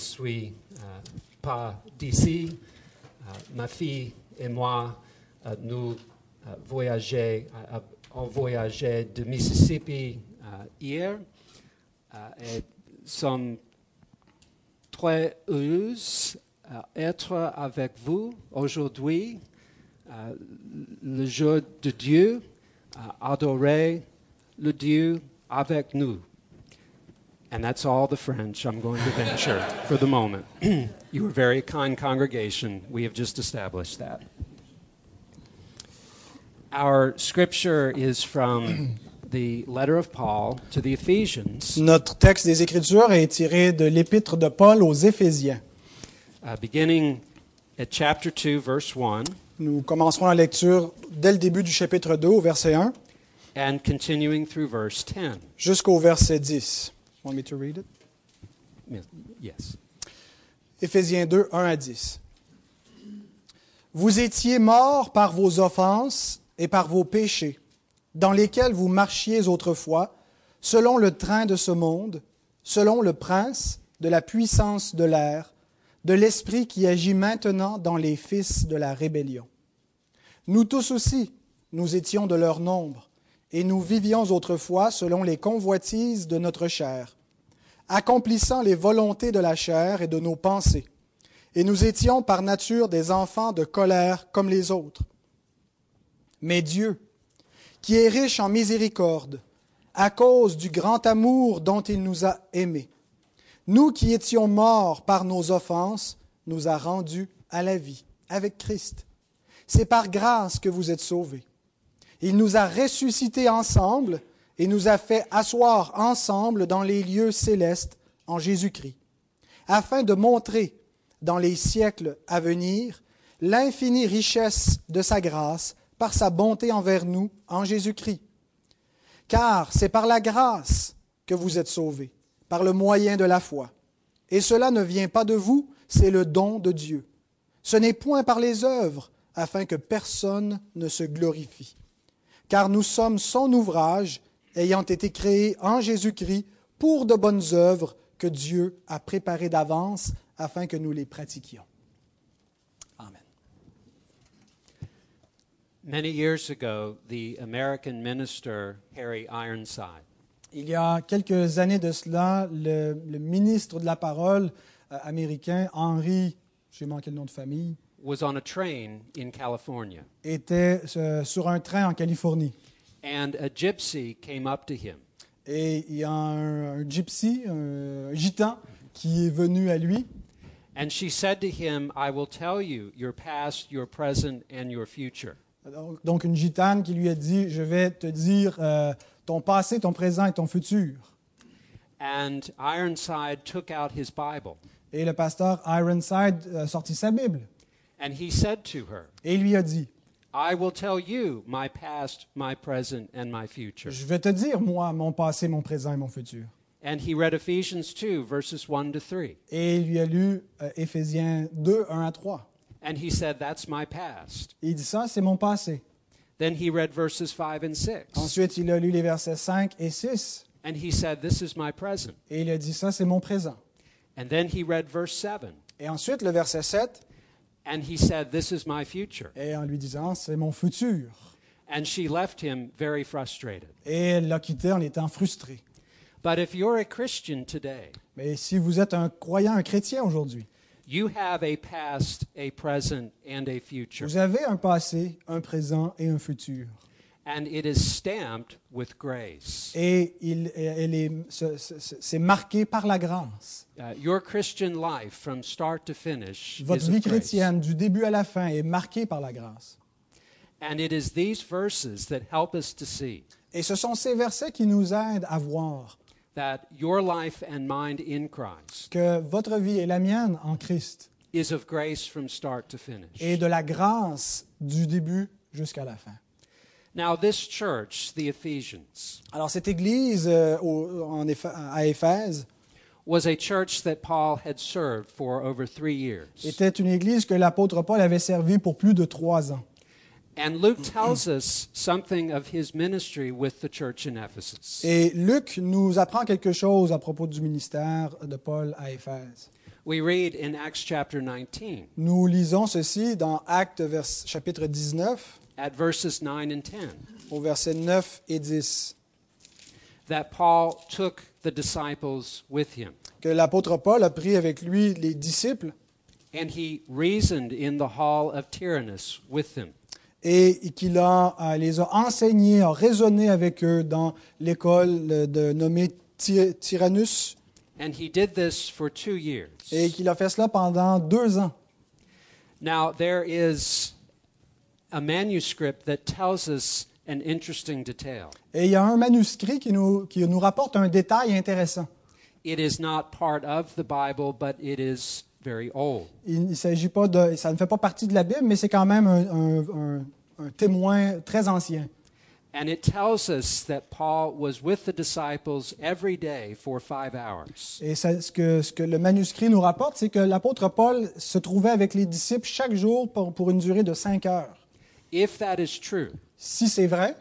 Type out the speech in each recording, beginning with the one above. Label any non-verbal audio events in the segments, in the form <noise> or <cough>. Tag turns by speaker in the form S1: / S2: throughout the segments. S1: suis euh, pas d'ici. Euh, ma fille et moi, euh, nous voyageons on voyageait de Mississippi euh, hier Euh, et sommes très heureux d'être avec vous aujourd'hui, Euh, le jour de Dieu, euh, adorer le Dieu avec nous. And that's all the French I'm going to venture for the moment. <clears throat> you are a very kind congregation. We have just established that. Our scripture is from the letter of Paul to the Ephesians,
S2: Notre texte des Écritures est tiré de l'épître de Paul aux Éphésiens.
S1: uh, beginning at chapter 2, verse 1,
S2: Nous commencerons la lecture dès le début du chapitre 2 au verset 1
S1: and continuing through verse 10.
S2: jusqu'au verset 10. Want me to read it?
S1: Yes.
S2: Éphésiens 2, 1 à 10. Vous étiez morts par vos offenses et par vos péchés, dans lesquels vous marchiez autrefois, selon le train de ce monde, selon le prince de la puissance de l'air, de l'esprit qui agit maintenant dans les fils de la rébellion. Nous tous aussi, nous étions de leur nombre, et nous vivions autrefois selon les convoitises de notre chair accomplissant les volontés de la chair et de nos pensées. Et nous étions par nature des enfants de colère comme les autres. Mais Dieu, qui est riche en miséricorde, à cause du grand amour dont il nous a aimés, nous qui étions morts par nos offenses, nous a rendus à la vie avec Christ. C'est par grâce que vous êtes sauvés. Il nous a ressuscités ensemble et nous a fait asseoir ensemble dans les lieux célestes en Jésus-Christ, afin de montrer dans les siècles à venir l'infinie richesse de sa grâce par sa bonté envers nous en Jésus-Christ. Car c'est par la grâce que vous êtes sauvés, par le moyen de la foi. Et cela ne vient pas de vous, c'est le don de Dieu. Ce n'est point par les œuvres, afin que personne ne se glorifie car nous sommes son ouvrage, ayant été créés en Jésus-Christ pour de bonnes œuvres que Dieu a préparées d'avance afin que nous les pratiquions. Amen.
S1: Many years ago, the American minister Harry Ironside
S2: Il y a quelques années de cela, le, le ministre de la Parole euh, américain, Henry, j'ai manqué le nom de famille,
S1: was on a train in California,
S2: était euh, sur un train en Californie.
S1: and a gypsy came up to him
S2: Et il y a un, un gypsy, un, un gitan, qui est venu à lui
S1: And she said to him, I will tell you your past, your present, and your future.
S2: Donc, donc une gitane qui lui a dit, je vais te dire euh, ton passé, ton présent et ton futur.
S1: And Ironside took out his Bible
S2: Et le pasteur Ironside a sorti sa Bible
S1: and he said to her,
S2: et lui a dit,
S1: I will tell you my past, my present, and my future.
S2: je vais te dire, moi, mon passé, mon présent et mon futur.
S1: And he read Ephesians 2, verses 1 to 3.
S2: Et il lui a lu euh, Éphésiens 2, 1 à 3.
S1: And he said, That's my past.
S2: Et il dit ça, c'est mon passé.
S1: Then he read verses 5 and 6.
S2: Ensuite, il a lu les versets 5 et 6
S1: And he said, This is my present.
S2: et il a dit ça, c'est mon présent.
S1: And then he read verse 7.
S2: Et ensuite, le verset 7,
S1: And he said, This is my future.
S2: et en lui disant, c'est mon futur.
S1: And she left him very frustrated.
S2: Et elle l'a quitté en étant frustrée.
S1: But if you're a Christian today,
S2: Mais si vous êtes un croyant, un chrétien aujourd'hui,
S1: You have a past, a present, and a future.
S2: Vous avez un passé, un présent et un futur.
S1: And it is stamped with grace.
S2: Et il, elle est, ce- ce- ce- c'est marqué par la grâce.
S1: Uh, your Christian life from start to finish
S2: Votre
S1: is
S2: vie
S1: of grace.
S2: chrétienne, du début à la fin, est marquée par la grâce.
S1: And it is these verses that help us to see
S2: Et ce sont ces versets qui nous aident à voir
S1: that your life and mind in Christ
S2: que votre vie et la mienne en Christ
S1: is of grace from start to
S2: est
S1: finish.
S2: de la grâce du début jusqu'à la fin.
S1: Now, this church, the Ephesians,
S2: Alors cette église euh, au- en Éph- à Éphèse
S1: was a church that Paul had served for over three years.
S2: était une église que l'apôtre Paul avait servie pour plus de trois ans.
S1: And Luke tells us something of his ministry with the church in Ephesus.
S2: Et Luc nous apprend quelque chose à propos du ministère de Paul à Éphèse.
S1: We read in Acts chapter 19,
S2: Nous lisons ceci dans Actes vers- chapitre 19,
S1: at verses 9 and 10,
S2: au verset 9 et 10,
S1: that Paul took the disciples with him,
S2: que l'apôtre Paul a pris avec lui les disciples
S1: and he reasoned in the hall of Tyrannus with them.
S2: et qu'il a, euh, les a enseignés, a raisonné avec eux dans l'école euh, de nommée Ty- Tyrannus,
S1: And he did this for two
S2: et
S1: years.
S2: qu'il a fait cela pendant deux ans.
S1: Now, there is a manuscript that tells us an interesting detail.
S2: Et il y a un manuscrit qui nous, qui nous rapporte un détail intéressant.
S1: It is not part of the Bible, but it is very old.
S2: Il, il s'agit pas de, ça ne fait pas partie de la Bible, mais c'est quand même un, un- un- un témoin très ancien.
S1: And it tells us that Paul was with the disciples every day for five hours.
S2: Et ça- ce, que, ce que le manuscrit nous rapporte, c'est que l'apôtre Paul se trouvait avec les disciples chaque jour pour, pour une durée de cinq heures.
S1: If that is true,
S2: Si c'est vrai,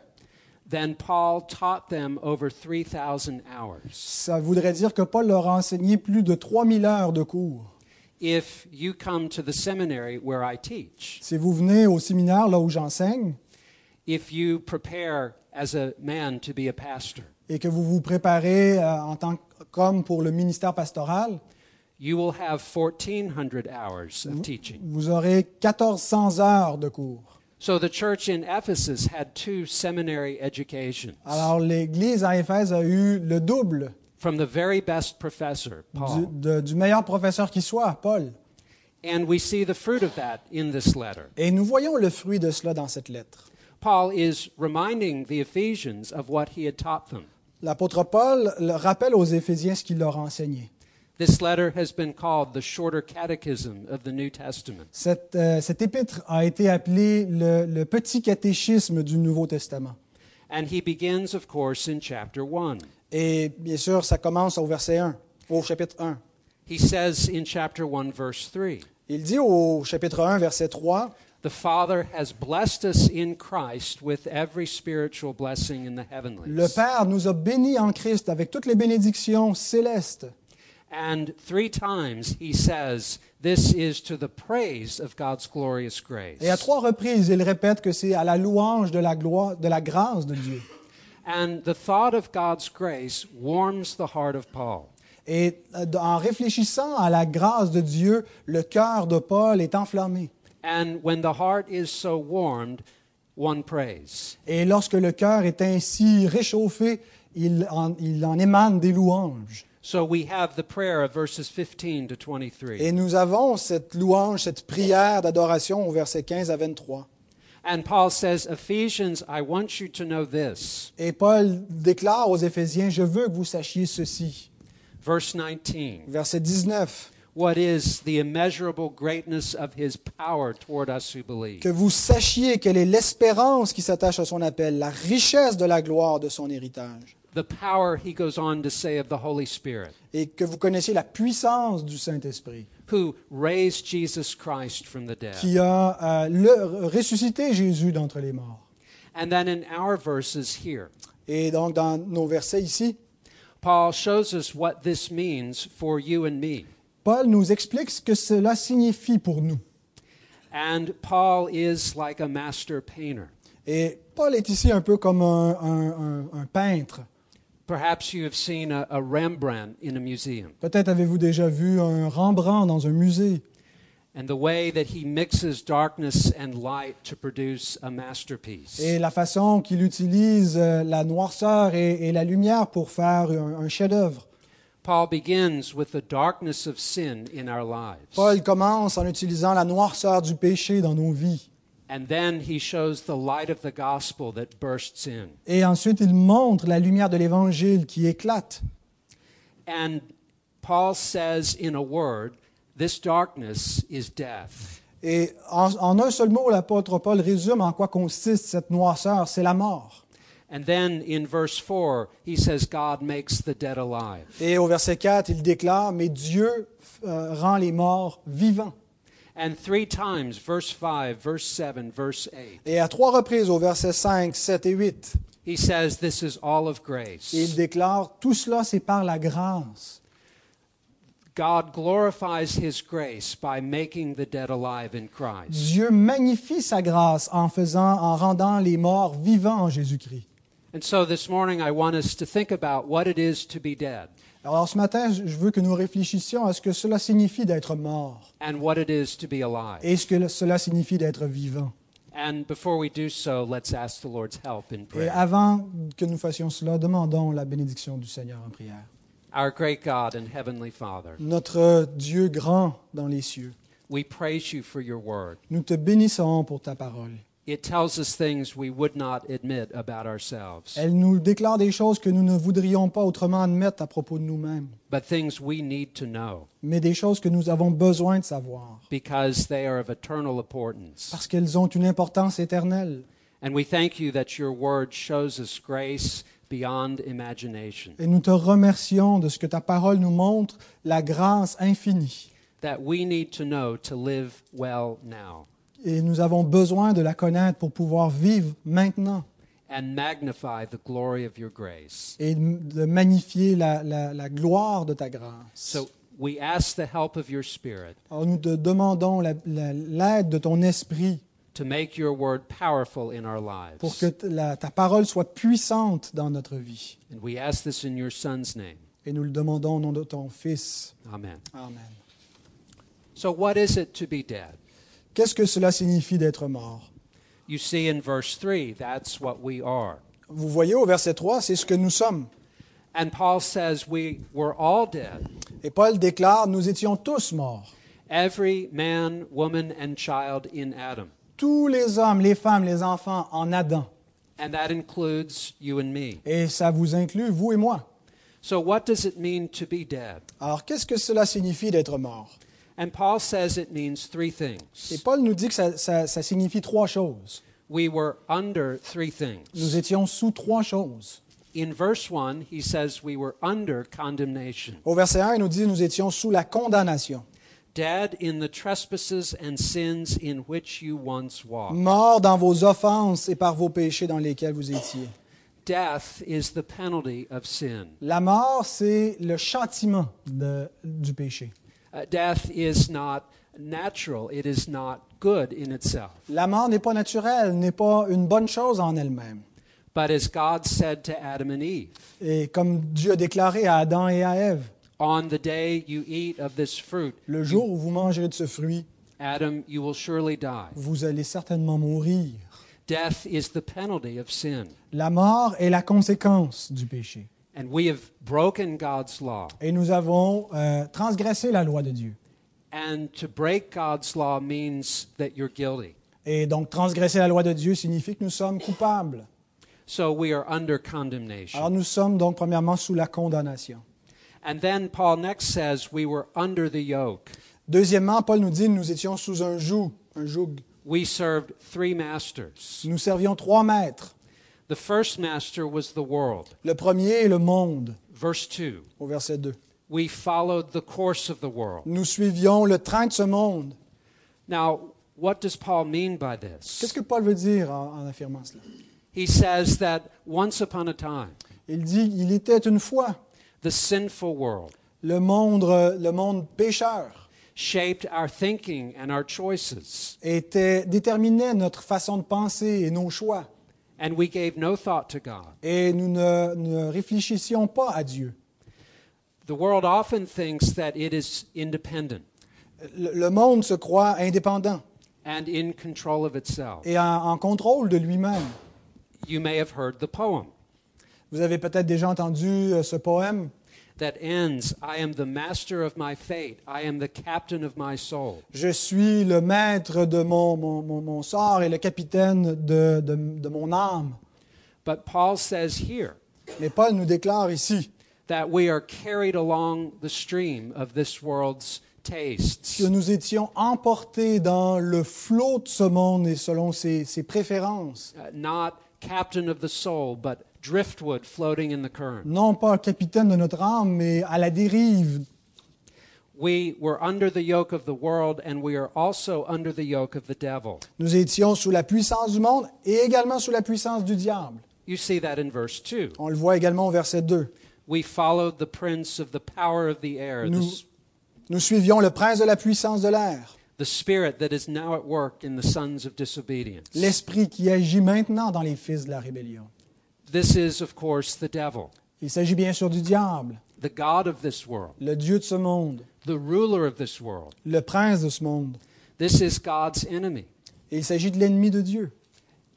S1: then Paul taught them over 3,000 hours.
S2: ça voudrait dire que Paul leur a enseigné plus de 3000 heures de cours.
S1: If you come to the seminary where I teach,
S2: Si vous venez au séminaire, là où j'enseigne,
S1: if you prepare as a man to be a pastor,
S2: et que vous vous préparez euh, en tant qu'homme pour le ministère pastoral,
S1: you will have 1,400 hours of teaching.
S2: vous aurez 1400 heures de cours.
S1: So the church in Ephesus had two seminary educations
S2: Alors, l'Église à Éphèse a eu le double
S1: from the very best professor,
S2: du,
S1: Paul.
S2: de- du meilleur professeur qui soit, Paul.
S1: And we see the fruit of that in this letter.
S2: Et nous voyons le fruit de cela dans cette lettre.
S1: Paul is reminding the Ephesians of what he had taught them.
S2: L'apôtre Paul le rappelle aux Éphésiens ce qu'il leur a enseigné.
S1: This letter has been called the Shorter Catechism of the New Testament.
S2: Cette, euh, cette épître a été appelée le, le petit catéchisme du Nouveau Testament.
S1: And he begins, of course, in chapter 1.
S2: Et bien sûr, ça commence au verset 1, au chapitre 1.
S1: He says in chapter 1, verse 3,
S2: Il dit au chapitre 1, verset 3,
S1: The Father has blessed us in Christ with every spiritual blessing in the
S2: Le
S1: heavenlies.
S2: Père nous a bénis en Christ avec toutes les bénédictions célestes.
S1: And three times he says, This is to the praise of God's glorious grace.
S2: Et à trois reprises, il répète que c'est à la louange de la gloire, de la grâce de Dieu.
S1: And the thought of God's grace warms the heart of Paul.
S2: Et euh, en réfléchissant à la grâce de Dieu, le cœur de Paul est enflammé.
S1: And when the heart is so warmed, one prays.
S2: Et lorsque le cœur est ainsi réchauffé, il en, il en émane des louanges.
S1: So we have the prayer of verses 15 to 23.
S2: Et nous avons cette louange, cette prière d'adoration au verset 15 à 23.
S1: And Paul says, Ephesians, I want you to know this.
S2: Et Paul déclare aux Éphésiens, je veux que vous sachiez ceci.
S1: Verse 19.
S2: Verset 19,
S1: What is the immeasurable greatness of his power toward us who believe?
S2: que vous sachiez quelle est l'espérance qui s'attache à son appel, la richesse de la gloire de son héritage,
S1: The power, he goes on to say, of the Holy Spirit,
S2: et que vous connaissiez la puissance du Saint-Esprit,
S1: who raised Jesus Christ from the dead.
S2: qui a euh, le- ressuscité Jésus d'entre les morts.
S1: And then in our verses here,
S2: Et donc dans nos versets ici,
S1: Paul shows us what this means for you and me.
S2: Paul nous explique ce que cela signifie pour nous.
S1: And Paul is like a master painter.
S2: Et Paul est ici un peu comme un, un- un- un peintre.
S1: Perhaps you have seen a, a Rembrandt in a museum,
S2: Peut-être avez-vous déjà vu un Rembrandt dans un musée.
S1: and the way that he mixes darkness and light to produce a masterpiece.
S2: Et la façon qu'il utilise euh, la noirceur et, et la lumière pour faire un, un chef-d'œuvre.
S1: Paul begins with the darkness of sin in our lives,
S2: Paul commence en utilisant la noirceur du péché dans nos vies.
S1: and then he shows the light of the gospel that bursts in.
S2: Et ensuite, il montre la lumière de l'Évangile qui éclate.
S1: And Paul says, in a word, this darkness is death.
S2: Et en, en un seul mot, l'apôtre Paul résume en quoi consiste cette noirceur, c'est la mort.
S1: And then in verse 4, he says, God makes the dead alive.
S2: Et au verset 4, il déclare, mais Dieu euh, rend les morts vivants.
S1: And three times, verse 5, verse 7, verse 8,
S2: Et à trois reprises, au verset 5, 7 et 8,
S1: he says, This is all of grace.
S2: il déclare, tout cela c'est par la grâce.
S1: God glorifies his grace by making the dead alive in Christ.
S2: Dieu magnifie sa grâce en faisant, en rendant les morts vivants en Jésus-Christ.
S1: And so this morning, I want us to think about what it is to be dead
S2: Alors ce matin, je veux que nous réfléchissions à ce que cela signifie d'être mort
S1: and what it is to be alive.
S2: et ce que cela signifie d'être vivant.
S1: And before we do so, let's ask the Lord's help in
S2: Et
S1: prayer.
S2: avant que nous fassions cela, demandons la bénédiction du Seigneur en prière.
S1: Our great God and Heavenly Father,
S2: Notre Dieu grand dans les cieux,
S1: we praise you for your word.
S2: nous te bénissons pour ta parole.
S1: It tells us things we would not admit about ourselves,
S2: Elle nous déclare des choses que nous ne voudrions pas autrement admettre à propos de nous-mêmes,
S1: but things we need to know
S2: mais des choses que nous avons besoin de savoir,
S1: because they are of eternal importance.
S2: parce qu'elles ont une importance éternelle.
S1: And we thank you that your word shows us grace beyond imagination,
S2: Et nous te remercions de ce que ta parole nous montre, la grâce infinie.
S1: that we need to know to live well now
S2: Et nous avons besoin de la connaître pour pouvoir vivre maintenant
S1: and magnify the glory of your grace.
S2: et de magnifier la, la- la gloire de ta grâce.
S1: So we ask the help of your Spirit
S2: Alors nous te demandons la- la- l'aide de ton esprit
S1: to make your word powerful in our
S2: pour que
S1: lives.
S2: t- la- ta parole soit puissante dans notre vie.
S1: And we ask this in your Son's name.
S2: Et nous le demandons au nom de ton Fils.
S1: Amen.
S2: Amen.
S1: So, what is it to be dead?
S2: Qu'est-ce que cela signifie d'être mort?
S1: You see in verse 3, that's what we are.
S2: Vous voyez au verset 3, c'est ce que nous sommes.
S1: And Paul says we were all dead,
S2: Et Paul déclare, nous étions tous morts.
S1: every man, woman, and child in Adam.
S2: Tous les hommes, les femmes, les enfants en Adam.
S1: And that includes you and me.
S2: Et ça vous inclut, vous et moi.
S1: So, what does it mean to be dead?
S2: Alors, qu'est-ce que cela signifie d'être mort?
S1: And Paul says it means three
S2: Et
S1: things.
S2: Paul nous dit que ça, ça- ça signifie trois choses.
S1: We were under three things.
S2: Nous étions sous trois choses.
S1: In verse 1, he says we were under condemnation.
S2: Au verset 1, il nous dit, nous étions sous la condamnation.
S1: dead in the trespasses and sins in which you once walked.
S2: Morts dans vos offenses et par vos péchés dans lesquels vous étiez.
S1: Death is the penalty of sin.
S2: La mort, c'est le châtiment de- du péché.
S1: Uh, death is not natural, it is not good in itself.
S2: La mort n'est pas naturelle, n'est pas une bonne chose en elle-même.
S1: But as God said to Adam and Eve,
S2: Et comme Dieu a déclaré à Adam et à Ève,
S1: on the day you eat of this fruit,
S2: le jour où vous mangerez de ce fruit,
S1: Adam, you will surely die.
S2: vous allez certainement mourir.
S1: Death is the penalty of sin.
S2: La mort est la conséquence du péché.
S1: And we have broken God's law.
S2: Et nous avons euh, transgressé la loi de Dieu.
S1: And to break God's law means that you're guilty.
S2: Et donc, transgresser la loi de Dieu signifie que nous sommes coupables.
S1: So we are under condemnation.
S2: Alors, nous sommes donc, premièrement, sous la condamnation.
S1: And then Paul next says we were under the yoke.
S2: Deuxièmement, Paul nous dit nous étions sous un joug, un joug.
S1: We served three masters.
S2: Nous servions trois maîtres.
S1: The first master was the world.
S2: Le premier est le monde,
S1: Verse 2.
S2: au verset 2.
S1: We followed the course of the world.
S2: Nous suivions le train de ce monde.
S1: Now, what does Paul mean by
S2: Qu'est-ce
S1: this?
S2: que Paul veut dire en, en affirmant cela?
S1: He says that once upon a time,
S2: Il dit, il était une fois
S1: the sinful world
S2: le monde, euh, le monde pécheur
S1: shaped our thinking and our choices,
S2: était, déterminait notre façon de penser et nos choix.
S1: and we gave no thought to God.
S2: Et nous ne, ne réfléchissions pas à Dieu.
S1: The world often thinks that it is independent
S2: Le, le monde se croit indépendant
S1: and in control of itself.
S2: et en, en contrôle de lui-même.
S1: You may have heard the poem.
S2: Vous avez peut-être déjà entendu euh, ce poème
S1: that ends I am the master of my fate, I am the captain of my soul.
S2: Je suis le maître de mon, mon, mon- mon sort et le capitaine de, de- de mon âme.
S1: But Paul says here
S2: Mais Paul nous déclare ici
S1: that we are carried along the stream of this world's tastes.
S2: que nous étions emportés dans le flot de ce monde et selon ses, ses préférences.
S1: Uh, not captain of the soul, but driftwood floating in the current.
S2: Non pas capitaine de notre âme, mais à la dérive.
S1: We were under the yoke of the world, and we are also under the yoke of the devil.
S2: Nous étions sous la puissance du monde et également sous la puissance du diable.
S1: You see that in verse 2.
S2: On le voit également au verset 2.
S1: We followed the prince of the power of the air, the
S2: Nous,
S1: s-
S2: Nous suivions le prince de la puissance de l'air,
S1: the spirit that is now at work in the sons of disobedience.
S2: l'esprit qui agit maintenant dans les fils de la rébellion.
S1: This is, of course, the devil,
S2: Il s'agit bien sûr du diable,
S1: the God of this world,
S2: le Dieu de ce monde,
S1: the ruler of this world.
S2: le prince de ce monde.
S1: This is God's enemy.
S2: Et il s'agit de l'ennemi de Dieu.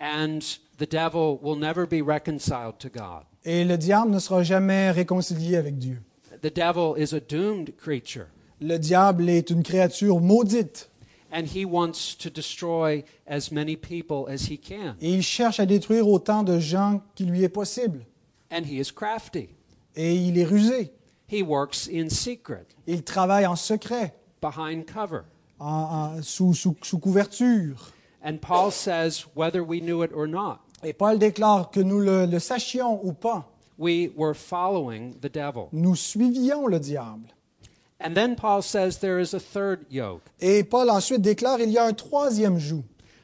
S1: And the devil will never be reconciled to God.
S2: Et le diable ne sera jamais réconcilié avec Dieu.
S1: The devil is a doomed creature,
S2: Le diable est une créature maudite
S1: and he wants to destroy as many people as he can.
S2: et il cherche à détruire autant de gens qu'il lui est possible.
S1: And he is crafty.
S2: Et il est rusé.
S1: He works in secret,
S2: Il travaille en secret,
S1: behind cover.
S2: en- en- sous, sous- sous couverture.
S1: And Paul says, whether we knew it or not,
S2: Et Paul déclare que nous le, le sachions ou pas,
S1: we were following the devil.
S2: nous suivions le diable.
S1: And then Paul says there is a third yoke.
S2: Et Paul ensuite déclare il y a un troisième joug.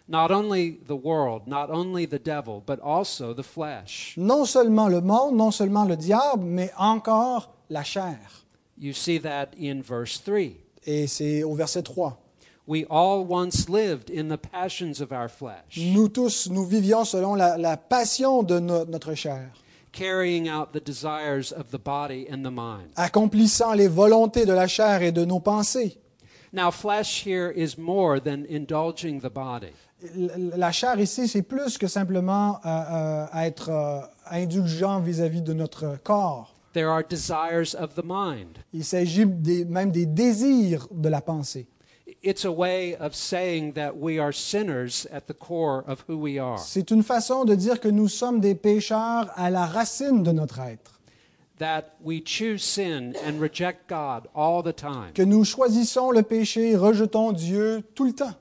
S1: Not only the world, not only the devil, but also the flesh.
S2: Non seulement le monde, non seulement le diable, mais encore la chair.
S1: You see that in verse 3.
S2: Et c'est au verset 3.
S1: We all once lived in the passions of our flesh,
S2: Nous tous, nous vivions selon la, la passion de no- notre chair,
S1: carrying out the desires of the body and the mind.
S2: accomplissant les volontés de la chair et de nos pensées.
S1: Now, flesh here is more than indulging the body.
S2: L- La chair ici, c'est plus que simplement euh, euh, être euh, indulgent vis-à-vis de notre corps.
S1: There are desires of the mind.
S2: Il s'agit des- même des désirs de la pensée.
S1: It's a way of saying that we are sinners at the core of who we are.
S2: C'est une façon de dire que nous sommes des pécheurs à la racine de notre être,
S1: that we choose sin and reject God all the time.
S2: que nous choisissons le péché et rejetons Dieu tout le temps.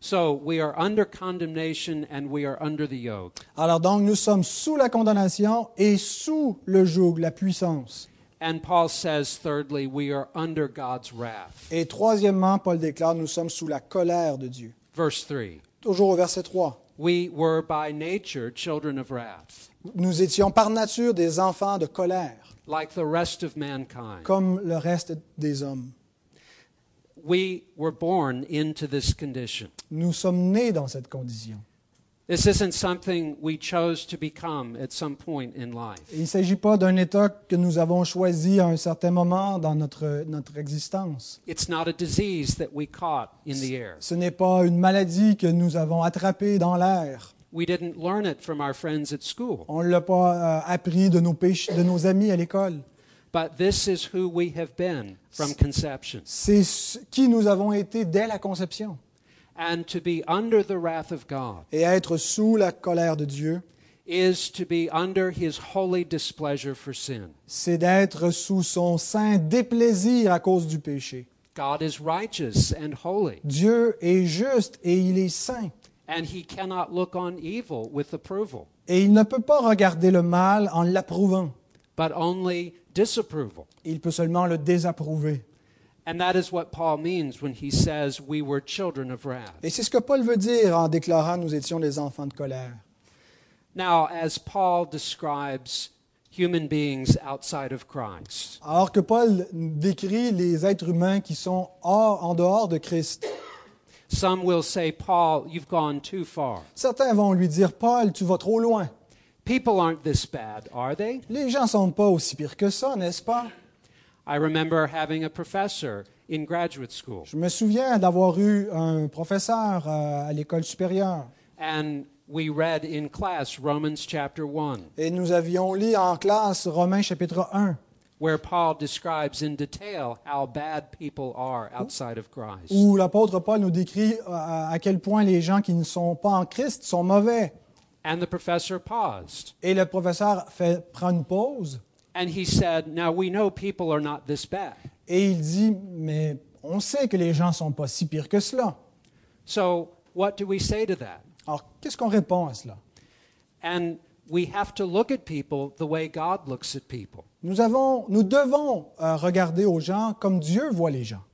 S1: So we are under condemnation and we are under the yoke.
S2: Alors donc, nous sommes sous la condamnation et sous le joug, la puissance.
S1: And Paul says, thirdly, we are under God's wrath.
S2: Et troisièmement, Paul déclare, nous sommes sous la colère de Dieu.
S1: Verse 3
S2: Toujours au verset 3.
S1: We were by nature children of wrath,
S2: Nous étions par nature des enfants de colère,
S1: like the rest of mankind.
S2: comme le reste des hommes.
S1: We were born into this condition.
S2: Nous sommes nés dans cette condition.
S1: This isn't something we chose to become at some point in life.
S2: Il ne s'agit pas d'un état que nous avons choisi à un certain moment dans notre, notre existence.
S1: It's not a disease that we caught in the air.
S2: Ce n'est pas une maladie que nous avons attrapée dans l'air.
S1: We didn't learn it from our friends at school.
S2: On ne l'a pas euh, appris de nos, péch- de nos amis à l'école.
S1: But this is who we have been from conception.
S2: C'est ce- qui nous avons été dès la conception.
S1: And to be under the wrath of God
S2: Et être sous la colère de Dieu,
S1: is to be under his holy displeasure for sin.
S2: c'est d'être sous son saint déplaisir à cause du péché.
S1: God is righteous and holy,
S2: Dieu est juste et il est saint.
S1: and he cannot look on evil with approval,
S2: Et il ne peut pas regarder le mal en l'approuvant.
S1: but only disapproval.
S2: Il peut seulement le désapprouver.
S1: And that is what Paul means when he says we were children of wrath.
S2: Et c'est ce que Paul veut dire en déclarant nous étions des enfants de colère.
S1: Now, as Paul describes human beings outside of Christ,
S2: Alors que Paul décrit les êtres humains qui sont hors, en dehors de Christ,
S1: some will say, Paul, you've gone too far.
S2: certains vont lui dire Paul, tu vas trop loin.
S1: People aren't this bad, are they?
S2: Les gens sont pas aussi pires que ça, n'est-ce pas
S1: I remember having a professor in graduate school,
S2: Je me souviens d'avoir eu un professeur euh, à l'école supérieure
S1: and we read in class Romans chapter 1,
S2: et nous avions lu en classe Romains chapitre 1
S1: where Paul describes in detail how bad people are outside of Christ.
S2: où l'apôtre Paul nous décrit euh, à quel point les gens qui ne sont pas en Christ sont mauvais.
S1: And the professor paused,
S2: Et le professeur fait, prend une pause
S1: and he said, Now we know people are not this bad.
S2: Et il dit, mais on sait que les gens sont pas si pires que cela.
S1: So, what do we say to that?
S2: Alors, qu'est-ce qu'on répond à cela?
S1: And we have to look at people the way God looks at people.
S2: Nous, avons, nous devons euh, regarder aux gens comme Dieu voit les gens.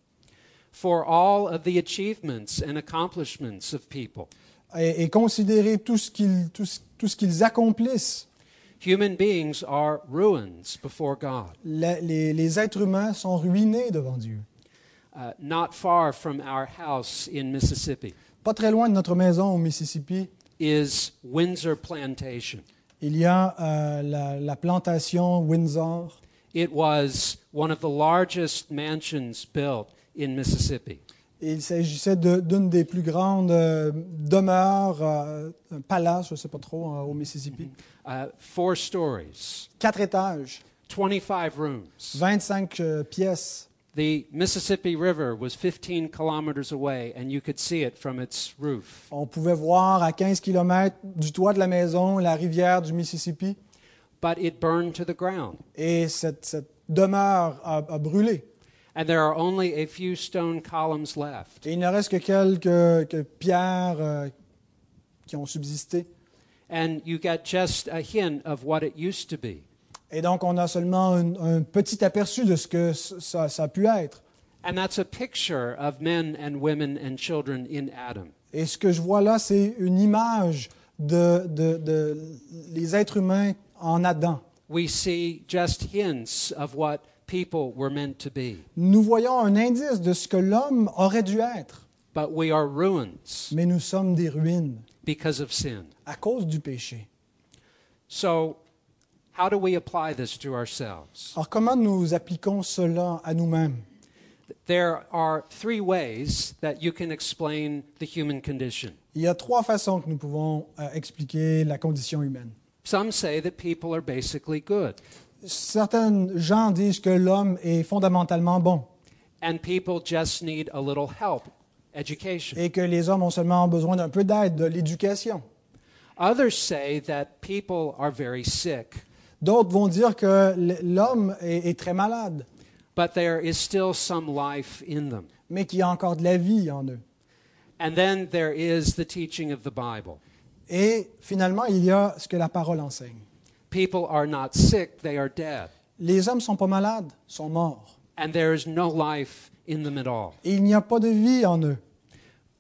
S1: For all of the achievements and accomplishments of people,
S2: Et, et considérer tout ce qu'ils, tout ce- tout ce qu'ils accomplissent.
S1: Human beings are ruins before God.
S2: Le- les, les êtres humains sont ruinés devant Dieu.
S1: uh, not far from our house in Mississippi,
S2: Pas très loin de notre maison au Mississippi,
S1: is Windsor Plantation.
S2: il y a euh, la, la plantation Windsor.
S1: It was one of the largest mansions built in Mississippi.
S2: Et il s'agissait de- d'une des plus grandes euh, demeures, euh, un palace, je ne sais pas trop, euh, au Mississippi.
S1: Uh, four stories,
S2: Quatre étages,
S1: 25 rooms.
S2: 25 euh, pièces.
S1: The Mississippi River was 15 kilometers away, and you could see it from its roof.
S2: On pouvait voir à 15 km du toit de la maison la rivière du Mississippi.
S1: But it burned to the ground.
S2: Et cette, cette demeure a, a brûlé.
S1: And there are only a few stone columns left.
S2: Et il ne reste que quelques que pierres euh, qui ont subsisté.
S1: And you got just a hint of what it used to be.
S2: Et donc, on a seulement un, un petit aperçu de ce que c- ça, ça a pu être.
S1: And that's a picture of men and women and children in Adam.
S2: Et ce que je vois là, c'est une image de, de- de les êtres humains en Adam.
S1: We see just hints of what people were meant to be.
S2: Nous voyons un indice de ce que l'homme aurait dû être,
S1: But we are ruins
S2: mais nous sommes des ruines
S1: because of sin.
S2: à cause du péché.
S1: So, how do we apply this to ourselves?
S2: Alors comment nous appliquons cela à nous-mêmes
S1: There are three ways that you can explain the human condition.
S2: Il y a trois façons que nous pouvons euh, expliquer la condition humaine.
S1: Some say that people are basically good,
S2: Certaines gens disent que l'homme est fondamentalement bon
S1: and people just need a little help, education.
S2: et que les hommes ont seulement besoin d'un peu d'aide, de l'éducation.
S1: Others say that people are very sick,
S2: D'autres vont dire que l- l'homme est- est très malade.
S1: but there is still some life in them.
S2: mais qui a encore de la vie en eux.
S1: And then there is the teaching of the Bible.
S2: Et finalement, il y a ce que la parole enseigne.
S1: People are not sick, they are dead,
S2: Les hommes sont pas malades, sont morts.
S1: and there is no life in them at all.
S2: Et il n'y a pas de vie en eux.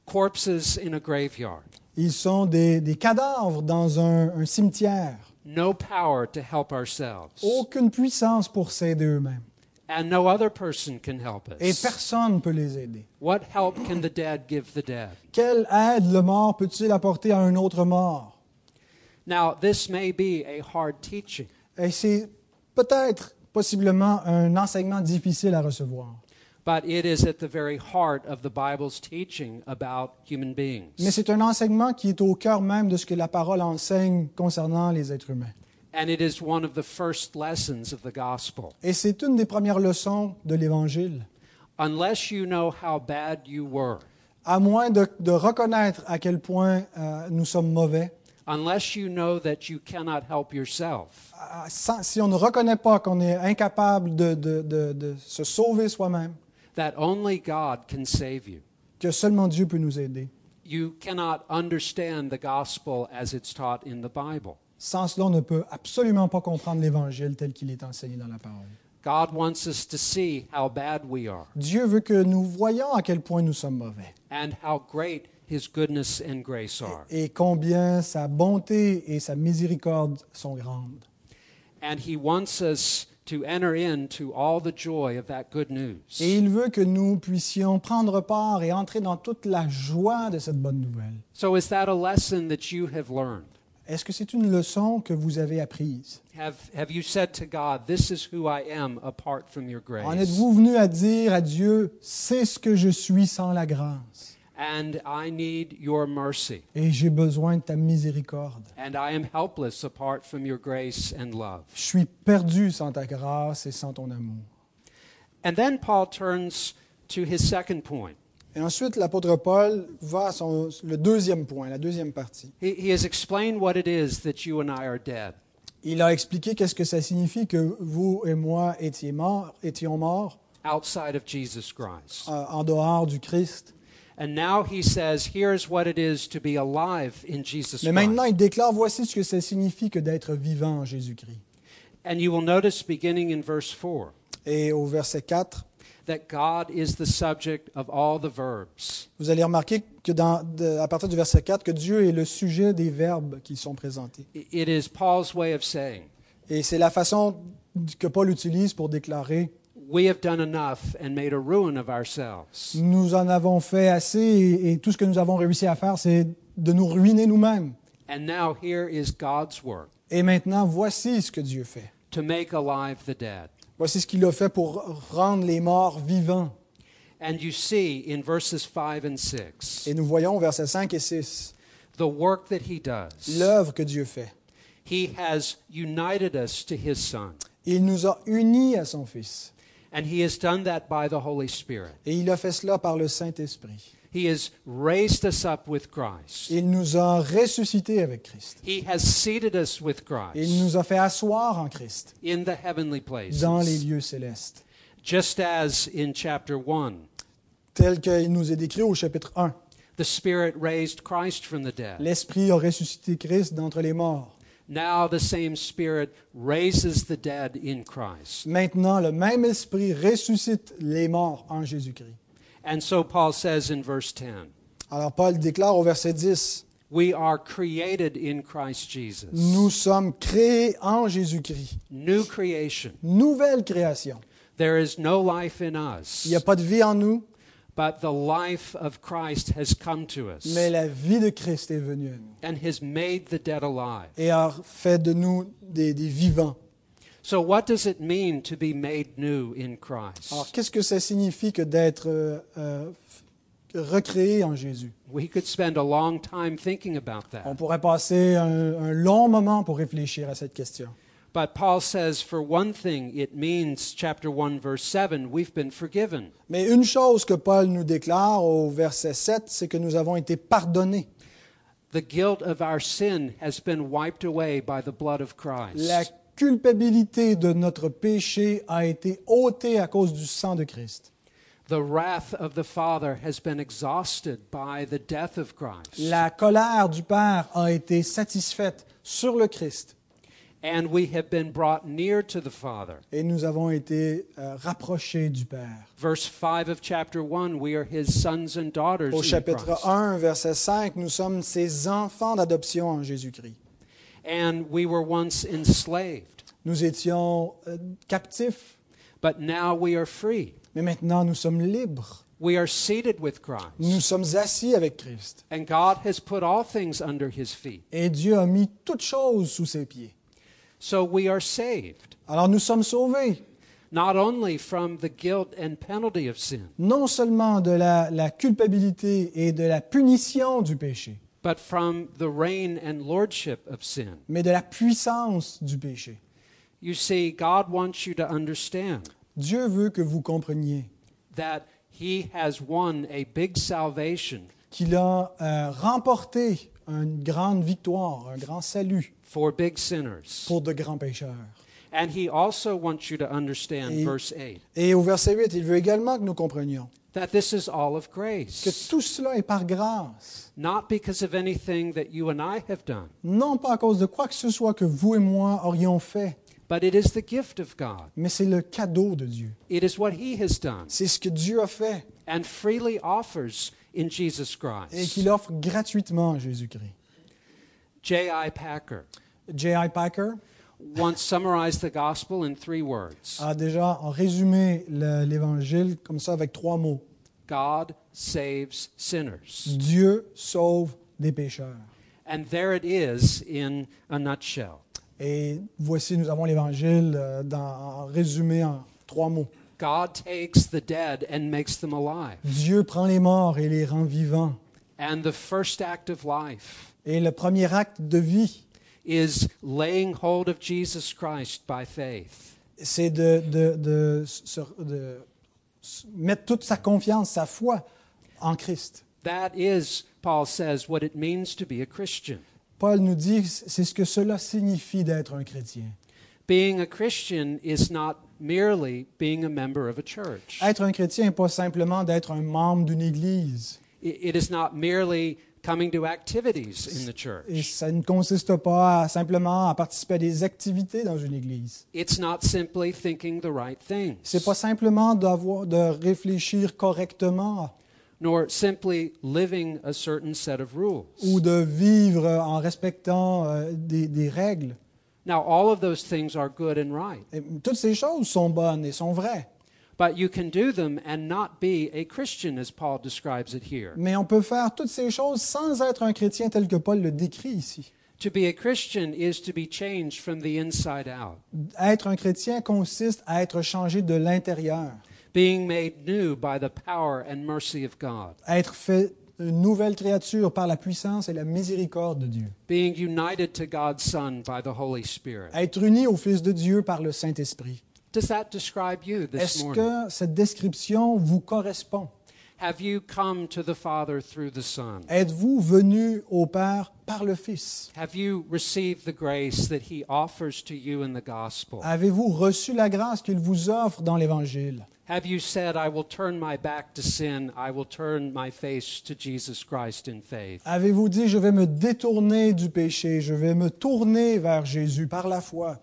S1: Corpses in a graveyard.
S2: Ils sont des, des cadavres dans un, un cimetière.
S1: no power to help ourselves,
S2: Aucune puissance pour s'aider eux-mêmes.
S1: and no other person can help us.
S2: Et personne ne peut les aider.
S1: what help can the dead give the dead?
S2: Quelle aide le mort peut-il apporter à un autre mort?
S1: Now, this may be a hard teaching,
S2: Et c'est peut-être, possiblement, un enseignement difficile à recevoir.
S1: but it is at the very heart of the Bible's teaching about human beings.
S2: Mais c'est un enseignement qui est au cœur même de ce que la parole enseigne concernant les êtres humains.
S1: and it is one of the first lessons of the gospel.
S2: Et c'est une des premières leçons de l'Évangile.
S1: Unless you know how bad you were,
S2: À moins de, de reconnaître à quel point euh, nous sommes mauvais,
S1: unless you know that you cannot help yourself,
S2: à- sans- si on ne reconnaît pas qu'on est incapable de, de- de- de se sauver soi-même,
S1: that only God can save you,
S2: que seulement Dieu peut nous aider.
S1: you cannot understand the gospel as it's taught in the Bible.
S2: Sans cela, on ne peut absolument pas comprendre l'Évangile tel qu'il est enseigné dans la parole.
S1: God wants us to see how bad we are
S2: Dieu veut que nous voyions à quel point nous sommes mauvais
S1: and how great His goodness and grace are.
S2: et combien sa bonté et sa miséricorde sont grandes.
S1: And He wants us to enter into all the joy of that good
S2: Et
S1: news.
S2: il veut que nous puissions prendre part et entrer dans toute la joie de cette bonne nouvelle.
S1: So, is that a lesson that you have learned?
S2: Est-ce que c'est une leçon que vous avez apprise?
S1: Have, have you said to God, This is who I am apart from your
S2: En
S1: grace?
S2: êtes-vous venu à dire à Dieu, c'est ce que je suis sans la grâce
S1: And I need your mercy.
S2: et j'ai besoin de ta miséricorde.
S1: And I am helpless apart from your grace and love.
S2: Je suis perdu sans ta grâce et sans ton amour.
S1: And then Paul turns to his second point.
S2: Et ensuite, l'apôtre Paul va à son- le deuxième point, la deuxième partie.
S1: He, he has explained what it is that you and I are dead.
S2: Il a expliqué qu'est-ce que ça signifie que vous et moi étiez morts- étions morts
S1: outside of Jesus Christ.
S2: euh, en dehors du Christ.
S1: And now he says, here's what it is to be alive in Jesus
S2: Mais maintenant,
S1: Christ.
S2: il déclare, voici ce que ça signifie que d'être vivant en Jésus-Christ.
S1: And you will notice beginning in verse 4
S2: Et au verset 4,
S1: that God is the subject of all the verbs.
S2: vous allez remarquer que dans, de- à partir du verset 4, que Dieu est le sujet des verbes qui sont présentés.
S1: I- It is Paul's way of saying,
S2: Et c'est la façon que Paul utilise pour déclarer
S1: we have done enough and made a ruin of ourselves.
S2: Nous en avons fait assez et, et tout ce que nous avons réussi à faire, c'est de nous ruiner nous-mêmes.
S1: And now here is God's work
S2: Et maintenant, voici ce que Dieu fait.
S1: to make alive the dead.
S2: Voici ce qu'il a fait pour rendre les morts vivants.
S1: And you see in verses 5 and 6
S2: Et nous voyons versets 5 et 6
S1: the work that he does.
S2: l'œuvre que Dieu fait.
S1: He has united us to his Son,
S2: Il nous a unis à son Fils.
S1: and he has done that by the Holy Spirit.
S2: Et il a fait cela par le Saint-Esprit.
S1: He has raised us up with Christ.
S2: Il nous a ressuscités avec Christ.
S1: He has seated us with
S2: Il
S1: Christ
S2: nous a fait asseoir en Christ
S1: in the heavenly
S2: dans les
S1: places.
S2: lieux célestes,
S1: Just as in chapter 1,
S2: tel qu'il nous est décrit au chapitre 1.
S1: the Spirit raised Christ from the dead.
S2: L'Esprit a ressuscité Christ d'entre les morts.
S1: Now the same Spirit raises the dead in Christ.
S2: Maintenant, le même Esprit ressuscite les morts en Jésus-Christ.
S1: And so Paul says in verse 10
S2: Alors Paul déclare au verset 10,
S1: We are created in Christ Jesus.
S2: Nous sommes créés en Jésus-Christ,
S1: New creation.
S2: nouvelle création.
S1: There is no life in
S2: Il
S1: us,
S2: n'y a pas de vie en nous,
S1: but the life of Christ has come to us
S2: mais la vie de Christ est venue à nous
S1: and has made the dead alive.
S2: et a fait de nous des, des vivants.
S1: So, what does it mean to be made new in
S2: Alors
S1: Christ?
S2: qu'est-ce que ça signifie que d'être euh, euh, recréé en Jésus
S1: We could spend a long time thinking about that.
S2: On pourrait passer un, un long moment pour réfléchir à cette question.
S1: But Paul says, for one thing, it means, chapter 1, verse 7, we've been forgiven.
S2: Mais une chose que Paul nous déclare au verset 7, c'est que nous avons été pardonnés.
S1: The guilt of our sin has been wiped away by the blood of
S2: La
S1: Christ.
S2: culpabilité de notre péché a été ôtée à cause du sang de Christ.
S1: The wrath of the Father has been exhausted by the death of Christ.
S2: La colère du Père a été satisfaite sur le Christ
S1: And we have been brought near to the Father.
S2: et nous avons été euh, rapprochés du Père.
S1: Verse 5 of chapter 1, we are his sons and daughters
S2: Au
S1: in
S2: chapitre
S1: Christ.
S2: 1, verset 5, nous sommes ses enfants d'adoption en Jésus-Christ.
S1: And we were once enslaved,
S2: Nous étions euh, captifs,
S1: but now we are free.
S2: mais maintenant nous sommes libres.
S1: We are seated with
S2: Nous
S1: Christ.
S2: sommes assis avec Christ.
S1: And God has put all things under his feet.
S2: Et Dieu a mis toutes choses sous ses pieds.
S1: So we are saved,
S2: Alors nous sommes sauvés,
S1: not only from the guilt and penalty of sin,
S2: non seulement de la, la culpabilité et de la punition du péché,
S1: but from the reign and lordship of sin.
S2: mais de la puissance du péché.
S1: You see, God wants you to understand
S2: Dieu veut que vous compreniez
S1: that He has won a big salvation
S2: qu'il a euh, remporté une grande victoire, un grand salut
S1: for big sinners.
S2: pour de grands pécheurs.
S1: And He also wants you to understand,
S2: Et-
S1: verse 8,
S2: Et au verset 8, il veut également que nous comprenions
S1: that this is all of
S2: que
S1: grace,
S2: tout cela est par grâce,
S1: not because of anything that you and I have done,
S2: non pas à cause de quoi que ce soit que vous et moi aurions fait,
S1: but it is the gift of God.
S2: mais c'est le cadeau de Dieu.
S1: It is what He has done
S2: C'est ce que Dieu a fait
S1: and freely offers in Jesus
S2: et
S1: Christ.
S2: qu'il offre gratuitement à Jésus-Christ.
S1: J.I. Packer
S2: J.I. Packer
S1: once summarized the gospel in three words
S2: a déjà en résumé le- l'Évangile comme ça avec trois mots.
S1: God saves sinners.
S2: Mm. Dieu sauve des pécheurs.
S1: And there it is in a nutshell.
S2: Et voici, nous avons l'Évangile euh, dans- en résumé en trois mots.
S1: God takes the dead and makes them alive.
S2: Dieu prend les morts et les rend vivants.
S1: And the first act of life
S2: Et le premier acte de vie,
S1: is laying hold of Jesus Christ by faith.
S2: c'est de, de- de se- de se mettre toute sa confiance, sa foi en Christ.
S1: That is, Paul says, what it means to be a Christian.
S2: Paul nous dit, c'est ce que cela signifie d'être un chrétien.
S1: Being a Christian is not merely being a member of a church, I-
S2: Être un chrétien n'est pas simplement d'être un membre d'une église.
S1: it is not merely coming to activities in the
S2: Et
S1: church,
S2: ça ne consiste pas à- simplement à participer à des activités dans une église.
S1: it's not simply thinking the right things.
S2: C'est pas simplement d'avoir, de réfléchir correctement
S1: nor simply living a certain set of
S2: ou
S1: rules.
S2: de vivre en respectant euh, des, des règles.
S1: Now, all of those things are good and right,
S2: Et toutes ces choses sont bonnes et sont vraies,
S1: But you can do them and not be a Christian, as Paul describes it here.
S2: Mais on peut faire toutes ces choses sans être un chrétien tel que Paul le décrit ici.
S1: To be a Christian is to be changed from the inside out,
S2: Être un chrétien consiste à être changé de l'intérieur,
S1: being made new by the power and mercy of God,
S2: à être fait une nouvelle créature par la puissance et la miséricorde de Dieu,
S1: being united to God's Son by the Holy Spirit.
S2: à être uni au Fils de Dieu par le Saint-Esprit.
S1: Does that describe you this
S2: Est-ce
S1: morning?
S2: que cette description vous correspond?
S1: Have you come to the Father through the Son?
S2: Êtes-vous venu au Père par le Fils?
S1: Have you received the grace that He offers to you in the gospel?
S2: Avez-vous reçu la grâce qu'il vous offre dans l'Évangile?
S1: Have you said, I will turn my back to sin, I will turn my face to Jesus Christ in faith?
S2: Avez-vous dit, je vais me détourner du péché, je vais me tourner vers Jésus par la foi?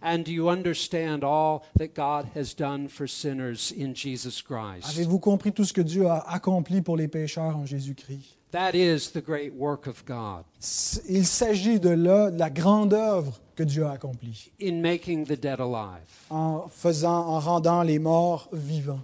S1: And do you understand all that God has done for sinners in Jesus Christ?
S2: Avez-vous compris tout ce que Dieu a accompli pour les pécheurs en Jésus-Christ?
S1: That is the great work of God
S2: S- Il s'agit de là, de la grande œuvre que Dieu a accomplie
S1: in making the dead alive.
S2: en faisant, en rendant les morts vivants.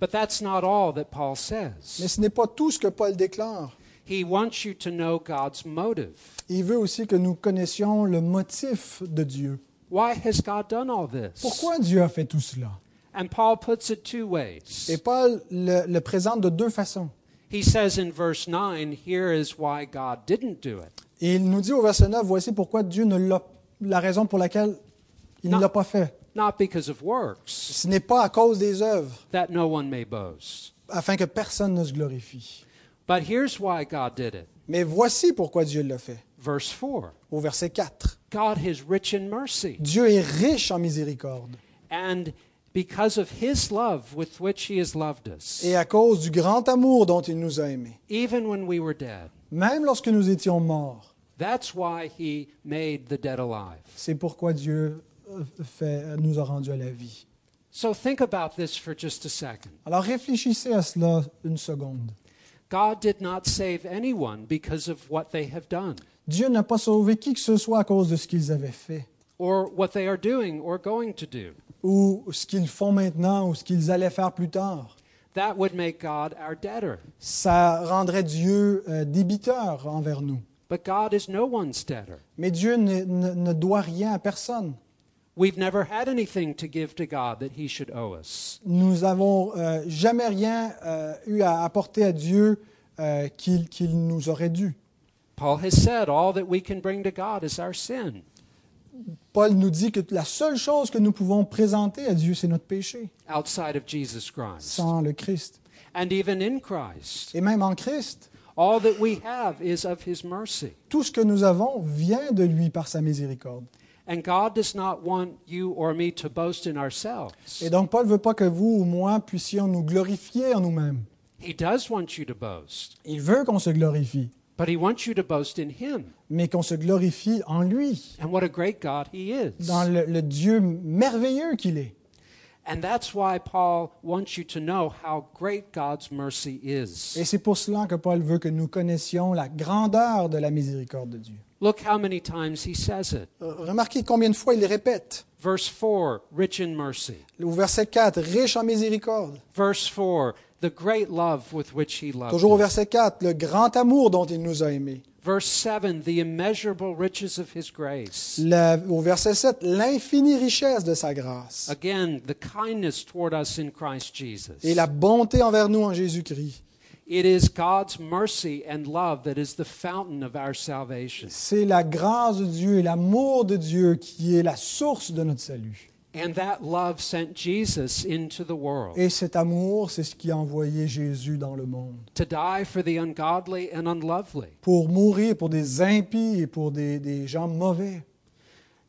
S1: But that's not all that Paul
S2: Mais
S1: says.
S2: ce n'est pas tout ce que Paul déclare.
S1: He wants you to know God's motive.
S2: Il veut aussi que nous connaissions le motif de Dieu.
S1: Why has God done all this?
S2: Pourquoi Dieu a fait tout cela?
S1: And Paul puts it two
S2: Et
S1: ways.
S2: Paul le, le présente de deux façons.
S1: He says in verse 9, here is why God didn't do it.
S2: Et il nous dit au verset 9, voici pourquoi Dieu ne l'a, la raison pour laquelle il ne
S1: Non.
S2: l'a pas fait.
S1: Not because of works,
S2: Ce n'est pas à cause des œuvres,
S1: that no one may boast.
S2: afin que personne ne se glorifie.
S1: But here's why God did it.
S2: Mais voici pourquoi Dieu l'a fait.
S1: Verse 4
S2: Au verset 4,
S1: God is rich in mercy,
S2: Dieu est riche en miséricorde.
S1: and because of his love with which he has loved us,
S2: Et à cause du grand amour dont il nous a aimés,
S1: even when we were dead,
S2: même lorsque nous étions morts,
S1: that's why he made the dead alive.
S2: c'est pourquoi Dieu euh, fait- nous a rendus à la vie.
S1: So think about this for just a second.
S2: Alors réfléchissez à cela une seconde.
S1: God did not save anyone because of what they have done,
S2: Dieu n'a pas sauvé qui que ce soit à cause de ce qu'ils avaient fait,
S1: or what they are doing or going to do.
S2: ou ce qu'ils font maintenant, ou ce qu'ils allaient faire plus tard.
S1: That would make God our debtor.
S2: Ça rendrait Dieu euh, débiteur envers nous.
S1: But God is no one's debtor.
S2: Mais Dieu ne, ne- ne doit rien à personne.
S1: We've never had anything to give to God that He should owe us.
S2: Nous n'avons jamais rien euh, eu à apporter à Dieu euh, qu'il qu'il nous aurait dû.
S1: Paul has said all that we can bring to God is our sin.
S2: Paul nous dit que la seule chose que nous pouvons présenter à Dieu, c'est notre péché,
S1: outside of Jesus Christ
S2: sans le Christ.
S1: and even in Christ.
S2: Et même en Christ,
S1: All that we have is of His mercy.
S2: tout ce que nous avons vient de lui par sa miséricorde.
S1: And God does not want you or me to boast in
S2: Et
S1: ourselves.
S2: donc, Paul ne veut pas que vous ou moi puissions nous glorifier en nous-mêmes.
S1: He does want you to boast,
S2: Il veut qu'on se glorifie,
S1: but He wants you to boast in Him
S2: mais qu'on se glorifie en lui,
S1: and what a great God He is.
S2: dans le, le Dieu merveilleux qu'il est.
S1: And that's why Paul wants you to know how great God's mercy
S2: Et
S1: is.
S2: c'est pour cela que Paul veut que nous connaissions la grandeur de la miséricorde de Dieu.
S1: Look how many times he says it.
S2: Euh, Remarquez combien de fois il répète.
S1: Verse 4, rich in mercy.
S2: Au verset 4, riche en miséricorde.
S1: Verse 4, the great love with which he loved
S2: Toujours au
S1: us.
S2: verset 4, le grand amour dont il nous a aimés.
S1: Verse 7, the immeasurable riches of his grace.
S2: La- au verset 7, l'infinie richesse de sa grâce.
S1: Again, the kindness toward us in Christ Jesus.
S2: Et la bonté envers nous en Jésus-Christ.
S1: It is God's mercy and love that is the fountain of our salvation.
S2: C'est la grâce de Dieu et l'amour de Dieu qui est la source de notre salut.
S1: And that love sent Jesus into the world
S2: Et cet amour, c'est ce qui a envoyé Jésus dans le monde
S1: to die for the ungodly and unlovely.
S2: pour mourir pour des impies et pour des, des gens mauvais.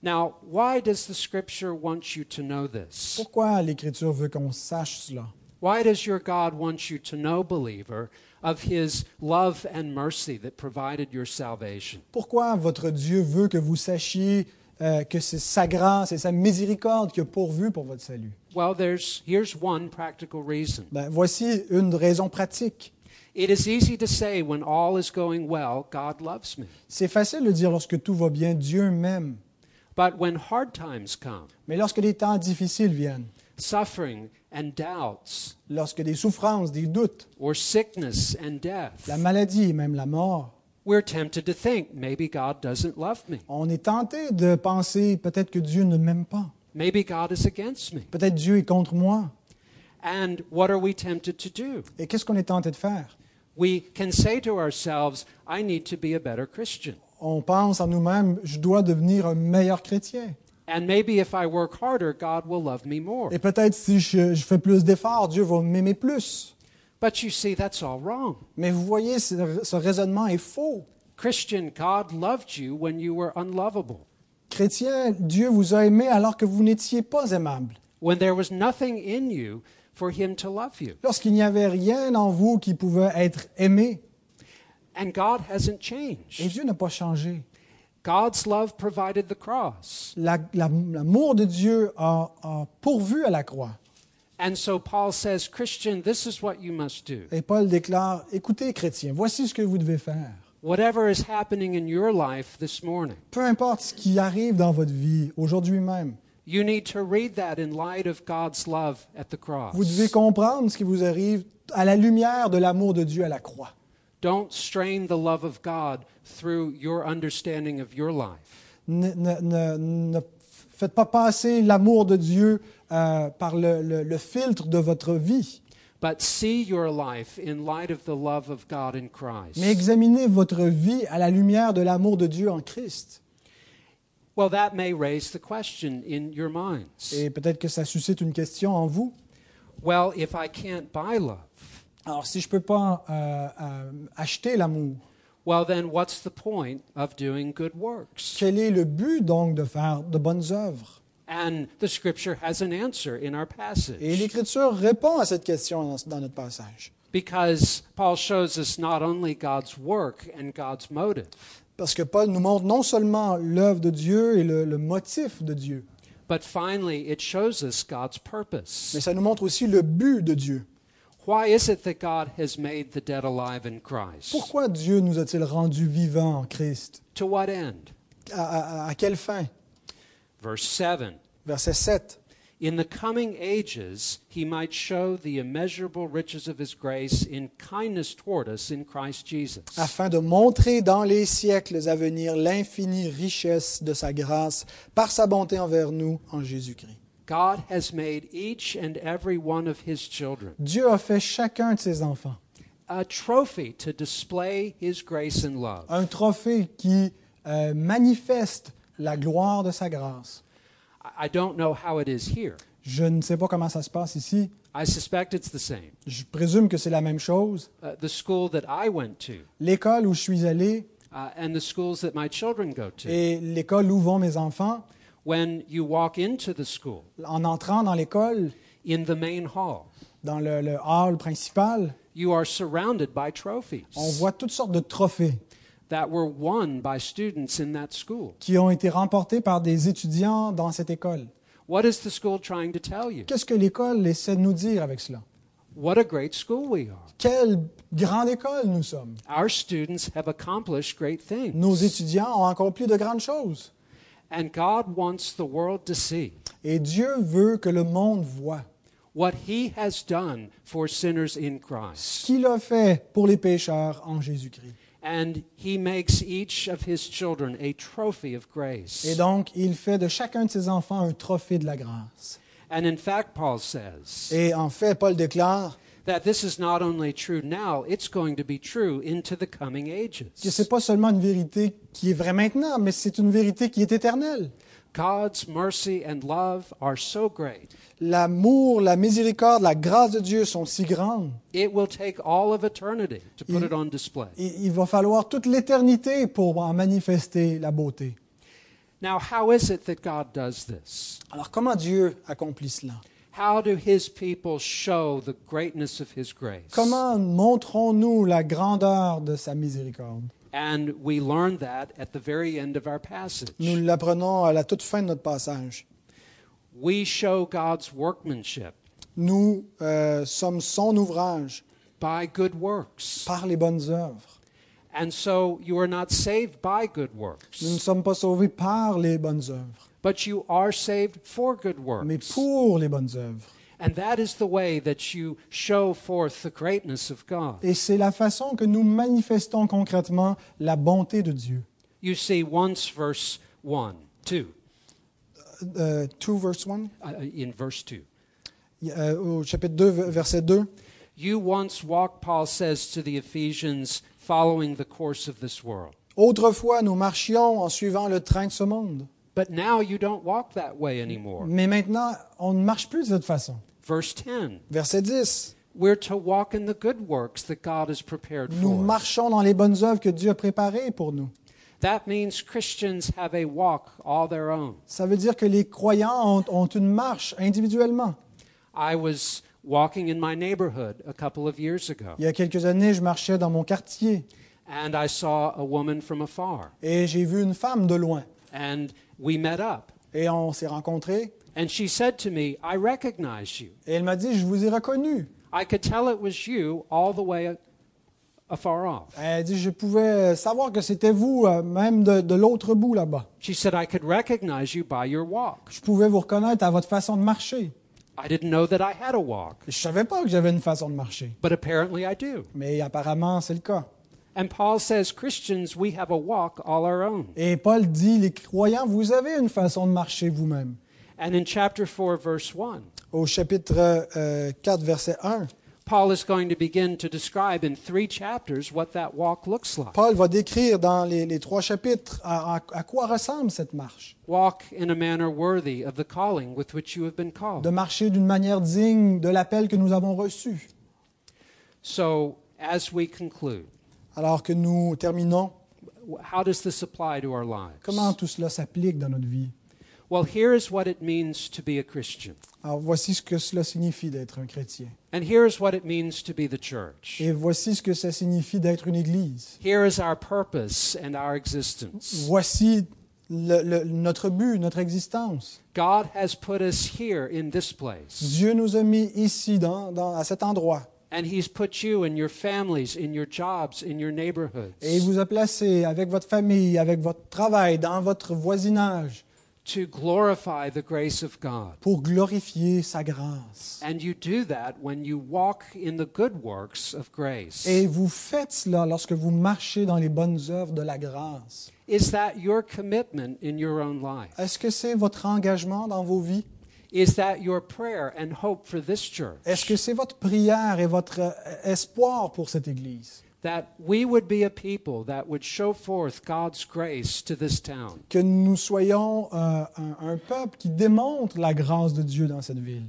S1: Now, why does the scripture want you to know this?
S2: Pourquoi l'Écriture veut qu'on sache cela?
S1: Why does your God want you to know, believer, of his love and mercy that provided your salvation?
S2: Pourquoi votre Dieu veut que vous sachiez euh, que c'est sa grâce et sa miséricorde qui a pourvu pour votre salut?
S1: Well, there's here's one practical reason.
S2: Ben, voici une raison pratique.
S1: It is easy to say when all is going well, God loves me.
S2: C'est facile de dire lorsque tout va bien, Dieu m'aime.
S1: But when hard times come,
S2: Mais lorsque les temps difficiles viennent,
S1: suffering and doubts,
S2: lorsque des souffrances, des doutes,
S1: or sickness and death,
S2: la maladie et même la mort,
S1: we're tempted to think maybe God doesn't love me.
S2: on est tenté de penser peut-être que Dieu ne m'aime pas,
S1: Maybe God is against me.
S2: peut-être Dieu est contre moi.
S1: And what are we tempted to do?
S2: Et qu'est-ce qu'on est tenté de faire
S1: We can say to ourselves, I need to be a better Christian.
S2: On pense en nous-mêmes, je dois devenir un meilleur chrétien.
S1: And maybe if I work harder, God will love me more.
S2: Et peut-être si je, je fais plus d'efforts, Dieu va m'aimer plus.
S1: But you see, that's all wrong.
S2: Mais vous voyez, ce, ce raisonnement est faux.
S1: Christian, God loved you when you were unlovable,
S2: Chrétien, Dieu vous a aimé alors que vous n'étiez pas aimable,
S1: when there was nothing in you for Him to love you.
S2: lorsqu'il n'y avait rien en vous qui pouvait être aimé.
S1: And God hasn't
S2: Et
S1: changed.
S2: Dieu n'a pas changé.
S1: God's love provided the cross.
S2: La- la- L'amour de Dieu a, a pourvu à la croix.
S1: And so Paul says, Christian, this is what you must do.
S2: Et Paul déclare, écoutez chrétiens, voici ce que vous devez faire.
S1: Whatever is happening in your life this morning,
S2: Peu importe ce qui arrive dans votre vie, aujourd'hui même,
S1: you need to read that in light of God's love at the cross.
S2: vous devez comprendre ce qui vous arrive à la lumière de l'amour de Dieu à la croix.
S1: Don't strain the love of God through your understanding of your life.
S2: Ne, ne- ne- ne faites pas passer l'amour de Dieu euh, par le- le- le filtre de votre vie.
S1: But see your life in light of the love of God in Christ.
S2: Mais examinez votre vie à la lumière de l'amour de Dieu en Christ.
S1: Well, that may raise the question in your minds.
S2: Et peut-être que ça suscite une question en vous.
S1: Well, if I can't buy love,
S2: Alors, si je ne peux pas euh, euh, acheter l'amour,
S1: well, then what's the point of doing good works?
S2: quel est le but donc de faire de bonnes œuvres
S1: And the scripture has an answer in our
S2: Et
S1: passage.
S2: l'Écriture répond à cette question dans, dans notre passage.
S1: Because Paul shows us not only God's work and God's motive,
S2: Parce que Paul nous montre non seulement l'œuvre de Dieu et le, le motif de Dieu,
S1: but finally it shows us God's
S2: mais
S1: purpose.
S2: ça nous montre aussi le but de Dieu.
S1: Why is it that God has made the dead alive in Christ?
S2: Pourquoi Dieu nous a-t-il rendus vivants en Christ
S1: To what end?
S2: à, à- à quelle fin
S1: Verse 7
S2: Verset 7.
S1: In the coming ages, he might show the immeasurable riches of his grace in kindness toward us in Christ Jesus.
S2: afin de montrer dans les siècles à venir l'infinie richesse de sa grâce par sa bonté envers nous en Jésus-Christ.
S1: God has made each and every one of his children
S2: Dieu a fait chacun de ses enfants
S1: a trophy to display his grace and love.
S2: un trophée qui euh, manifeste la gloire de sa grâce.
S1: I- I don't know how it is here.
S2: Je ne sais pas comment ça se passe ici.
S1: I suspect it's the same.
S2: Je présume que c'est la même chose.
S1: Uh, the school that I went to
S2: L'école où je suis allé
S1: uh, and the schools that my children go to,
S2: et l'école où vont mes enfants,
S1: when you walk into the school
S2: en entrant dans l'école,
S1: in the main hall,
S2: dans le, le hall principal,
S1: you are surrounded by trophies.
S2: on voit toutes sortes de trophées
S1: that were won by students in that school.
S2: qui ont été remportés par des étudiants dans cette école.
S1: What is the school trying to tell you?
S2: Qu'est-ce que l'école essaie de nous dire avec cela?
S1: What a great school we are.
S2: Quelle grande école nous sommes!
S1: Our students have accomplished great
S2: Nos
S1: things.
S2: étudiants ont accompli de grandes choses.
S1: And God wants the world to see
S2: Et Dieu veut que le monde voie
S1: what He has done for sinners in Christ.
S2: ce qu'il a fait pour les pécheurs en Jésus-Christ.
S1: And He makes each of His children a trophy of
S2: Et
S1: grace.
S2: donc, il fait de chacun de ses enfants un trophée de la grâce.
S1: And in fact, Paul says
S2: Et en fait, Paul déclare
S1: that this is not only true now, it's going to be true into the coming
S2: que ce n'est
S1: ages.
S2: pas seulement une vérité qui est vraie maintenant, mais c'est une vérité qui est éternelle.
S1: God's mercy and love are so great.
S2: L'amour, la miséricorde, la grâce de Dieu sont si grandes.
S1: It will take all of eternity to put it on display.
S2: Il il va falloir toute l'éternité pour en manifester la beauté.
S1: Now, how is it that God does this?
S2: Alors comment Dieu accomplit cela
S1: How do his people show the greatness of his grace?
S2: Comment montrons-nous la grandeur de sa miséricorde
S1: And we learn that at the very end of our
S2: Nous Mm.
S1: passage.
S2: l'apprenons à la toute fin de notre passage.
S1: We show God's workmanship
S2: Nous euh, sommes son ouvrage
S1: by good works.
S2: par les bonnes œuvres.
S1: And so you are not saved by good
S2: Nous ne
S1: works,
S2: sommes pas sauvés par les bonnes œuvres,
S1: but you are saved for good
S2: mais
S1: works.
S2: pour les bonnes œuvres.
S1: And that is the way that you show forth the greatness of God.
S2: Et c'est la façon que nous manifestons concrètement la bonté de Dieu.
S1: You see, once verse 1, 2,
S2: Euh, 2 verse 1,
S1: uh, in verse 2.
S2: euh, au chapitre 2, verset 2.
S1: You once walked, Paul says to the Ephesians, following the course of this world.
S2: Autrefois, nous marchions en suivant le train de ce monde.
S1: But now you don't walk that way anymore.
S2: Mais maintenant, on ne marche plus de cette façon.
S1: Verse 10.
S2: Verset 10.
S1: We're to walk in the good works that God has prepared
S2: Nous
S1: for us.
S2: marchons dans les bonnes œuvres que Dieu a préparées pour nous.
S1: That means Christians have a walk all their own.
S2: Ça veut dire que les croyants ont, ont une marche individuellement.
S1: I was walking in my neighborhood a couple of years ago,
S2: Il y a quelques années, je marchais dans mon quartier
S1: and I saw a woman from afar,
S2: et j'ai vu une femme de loin.
S1: and we met up.
S2: Et on s'est rencontrés
S1: And she said to me, I recognize you.
S2: et elle m'a dit, je vous ai reconnu.
S1: I could tell it was you all the way afar off.
S2: Elle a dit, je pouvais savoir que c'était vous, euh, même de, de l'autre bout là-bas.
S1: She said, I could recognize you by your walk.
S2: Je pouvais vous reconnaître à votre façon de marcher.
S1: I didn't know that I had a walk,
S2: Je ne savais pas que j'avais une façon de marcher,
S1: but apparently I do.
S2: mais apparemment c'est le cas.
S1: And Paul says, Christians, we have a walk all our own.
S2: Et Paul dit, les croyants, vous avez une façon de marcher vous-même.
S1: And in chapter 4, verse 1,
S2: Au chapitre euh, 4, verset 1,
S1: Paul is going to begin to describe in three chapters what that walk looks like.
S2: Paul va décrire dans les, les trois chapitres à, à- à quoi ressemble cette marche.
S1: Walk in a manner worthy of the calling with which you have been
S2: De
S1: called.
S2: marcher d'une manière digne de l'appel que nous avons reçu.
S1: So, as we conclude,
S2: Alors que nous terminons,
S1: how does this apply to our lives?
S2: comment tout cela s'applique dans notre vie?
S1: Well, here is what it means to be a Christian,
S2: Alors voici ce que cela signifie d'être un chrétien.
S1: and here is what it means to be the church.
S2: Et voici ce que ça signifie d'être une église.
S1: Here is our purpose and our existence.
S2: Voici le- le- notre but, notre existence.
S1: God has put us here in this place,
S2: Dieu nous a mis ici, dans- dans- à cet endroit.
S1: and He's put you and your families, in your jobs, in your
S2: Et il
S1: neighborhoods
S2: vous a placé avec votre famille, avec votre travail, dans votre voisinage,
S1: to glorify the grace of God.
S2: pour glorifier sa grâce.
S1: And you do that when you walk in the good works of grace.
S2: Et vous faites cela lorsque vous marchez dans les bonnes œuvres de la grâce.
S1: Is that your commitment in your own life?
S2: Est-ce que c'est votre engagement dans vos vies?
S1: Is that your prayer and hope for this church?
S2: Est-ce que c'est votre prière et votre euh, espoir pour cette Église?
S1: That we would be a people that would show forth God's grace to this town.
S2: Que nous soyons euh, un, un peuple qui démontre la grâce de Dieu dans cette ville.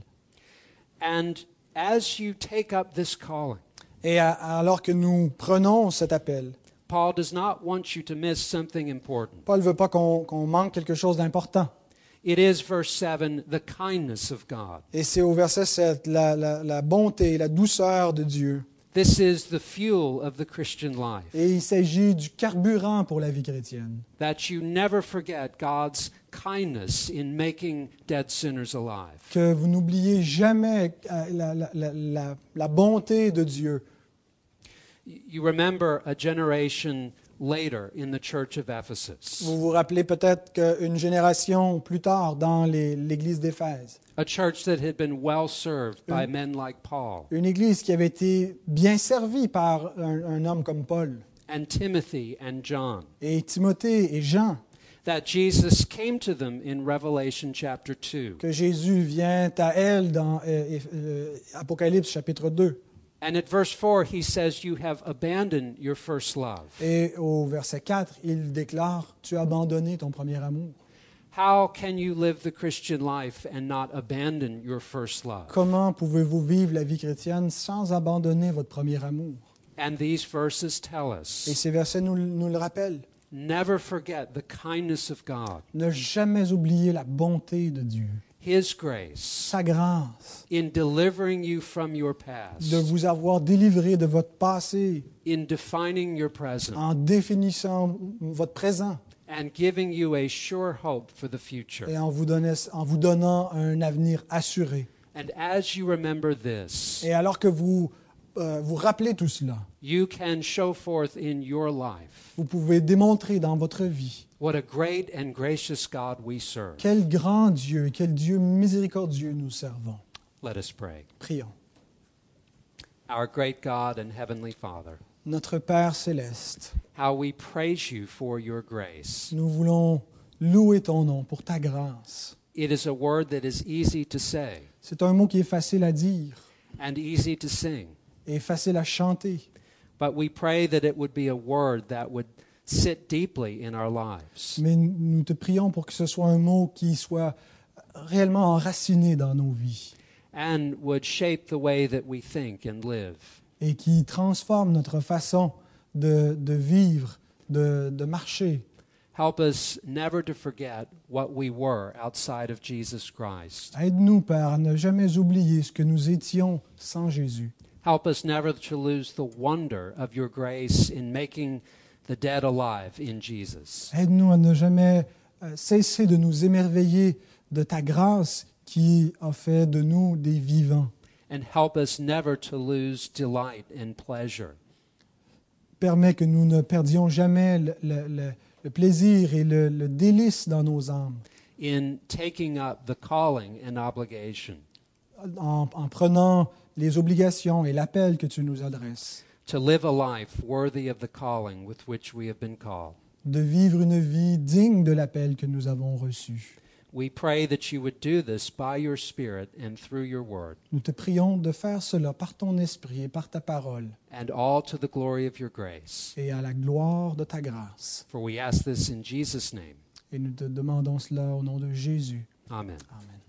S1: And as you take up this calling,
S2: Et à- alors que nous prenons cet appel,
S1: Paul does not want you to miss something important.
S2: Paul ne veut pas qu'on qu'on manque quelque chose d'important.
S1: It is, verse 7, the kindness of God.
S2: Et c'est au verset 7, la, la- la bonté, la douceur de Dieu.
S1: This is the fuel of the Christian life,
S2: Et il s'agit du carburant pour la vie chrétienne.
S1: that you never forget God's kindness in making dead sinners alive.
S2: Que vous n'oubliez jamais euh, la, la- la- la- la bonté de Dieu.
S1: You remember a generation later in the church of Ephesus,
S2: Vous vous rappelez peut-être qu'une génération plus tard, dans les- l'église d'Éphèse,
S1: a church that had been well served by men like Paul
S2: une église qui avait été bien servie par un, un homme comme Paul,
S1: and Timothy and John,
S2: et Timothée et Jean,
S1: that Jesus came to them in Revelation chapter 2.
S2: que Jésus vient à elle dans euh, euh, Apocalypse chapitre 2.
S1: And at verse 4, he says, You have abandoned your first love.
S2: Et au verset 4, il déclare, Tu as abandonné ton premier amour.
S1: How can you live the Christian life and not abandon your first love?
S2: Comment pouvez-vous vivre la vie chrétienne sans abandonner votre premier amour
S1: And these verses tell
S2: Et
S1: us
S2: ces versets nous, nous le rappellent.
S1: never forget the kindness of God,
S2: Ne jamais oublier la bonté de Dieu,
S1: His grace,
S2: sa grâce,
S1: in delivering you from your past,
S2: de vous avoir délivré de votre passé
S1: in defining your present,
S2: en définissant votre présent
S1: and giving you a sure hope for the future.
S2: et en vous, donnais- en vous donnant un avenir assuré.
S1: And as you remember this,
S2: Et alors que vous euh, vous rappeler tout cela.
S1: You can show forth in your life
S2: Vous pouvez démontrer dans votre vie
S1: what a great and gracious God we serve.
S2: quel grand Dieu, quel Dieu miséricordieux nous servons.
S1: Let us pray.
S2: Prions.
S1: Our great God and Heavenly Father,
S2: Notre Père céleste,
S1: how we praise you for your grace.
S2: nous voulons louer ton nom pour ta grâce.
S1: It is a word that is easy to say
S2: C'est un mot qui est facile à dire
S1: and easy to sing,
S2: et facile à chanter,
S1: but we pray that it would be a word that would sit deeply in our lives.
S2: mais nous te prions pour que ce soit un mot qui soit réellement enraciné dans nos vies
S1: and would shape the way that we think and live.
S2: et qui transforme notre façon de, de vivre, de, de marcher.
S1: Help us never to forget what we were outside of Jesus Christ.
S2: Aide-nous, Père, à ne jamais oublier ce que nous étions sans Jésus.
S1: Help us never to lose the wonder of your grace in making the dead alive in Jesus.
S2: Aide-nous à ne jamais euh, cesser de nous émerveiller de ta grâce qui a fait de nous des vivants.
S1: And help us never to lose delight and pleasure.
S2: Permets que nous ne perdions jamais le, le- le- le plaisir et le, le délice dans nos âmes
S1: In taking up the calling and obligation
S2: en, en prenant les obligations et l'appel que tu nous adresses,
S1: to live a life worthy of the calling with which we have been called.
S2: de vivre une vie digne de l'appel que nous avons reçu.
S1: We pray that you would do this by your Spirit and through your word.
S2: Nous te prions de faire cela par ton esprit et par ta parole
S1: and all to the glory of your grace.
S2: et à la gloire de ta grâce.
S1: For we ask this in Jesus' name.
S2: Et nous te demandons cela au nom de Jésus.
S1: Amen.
S2: Amen.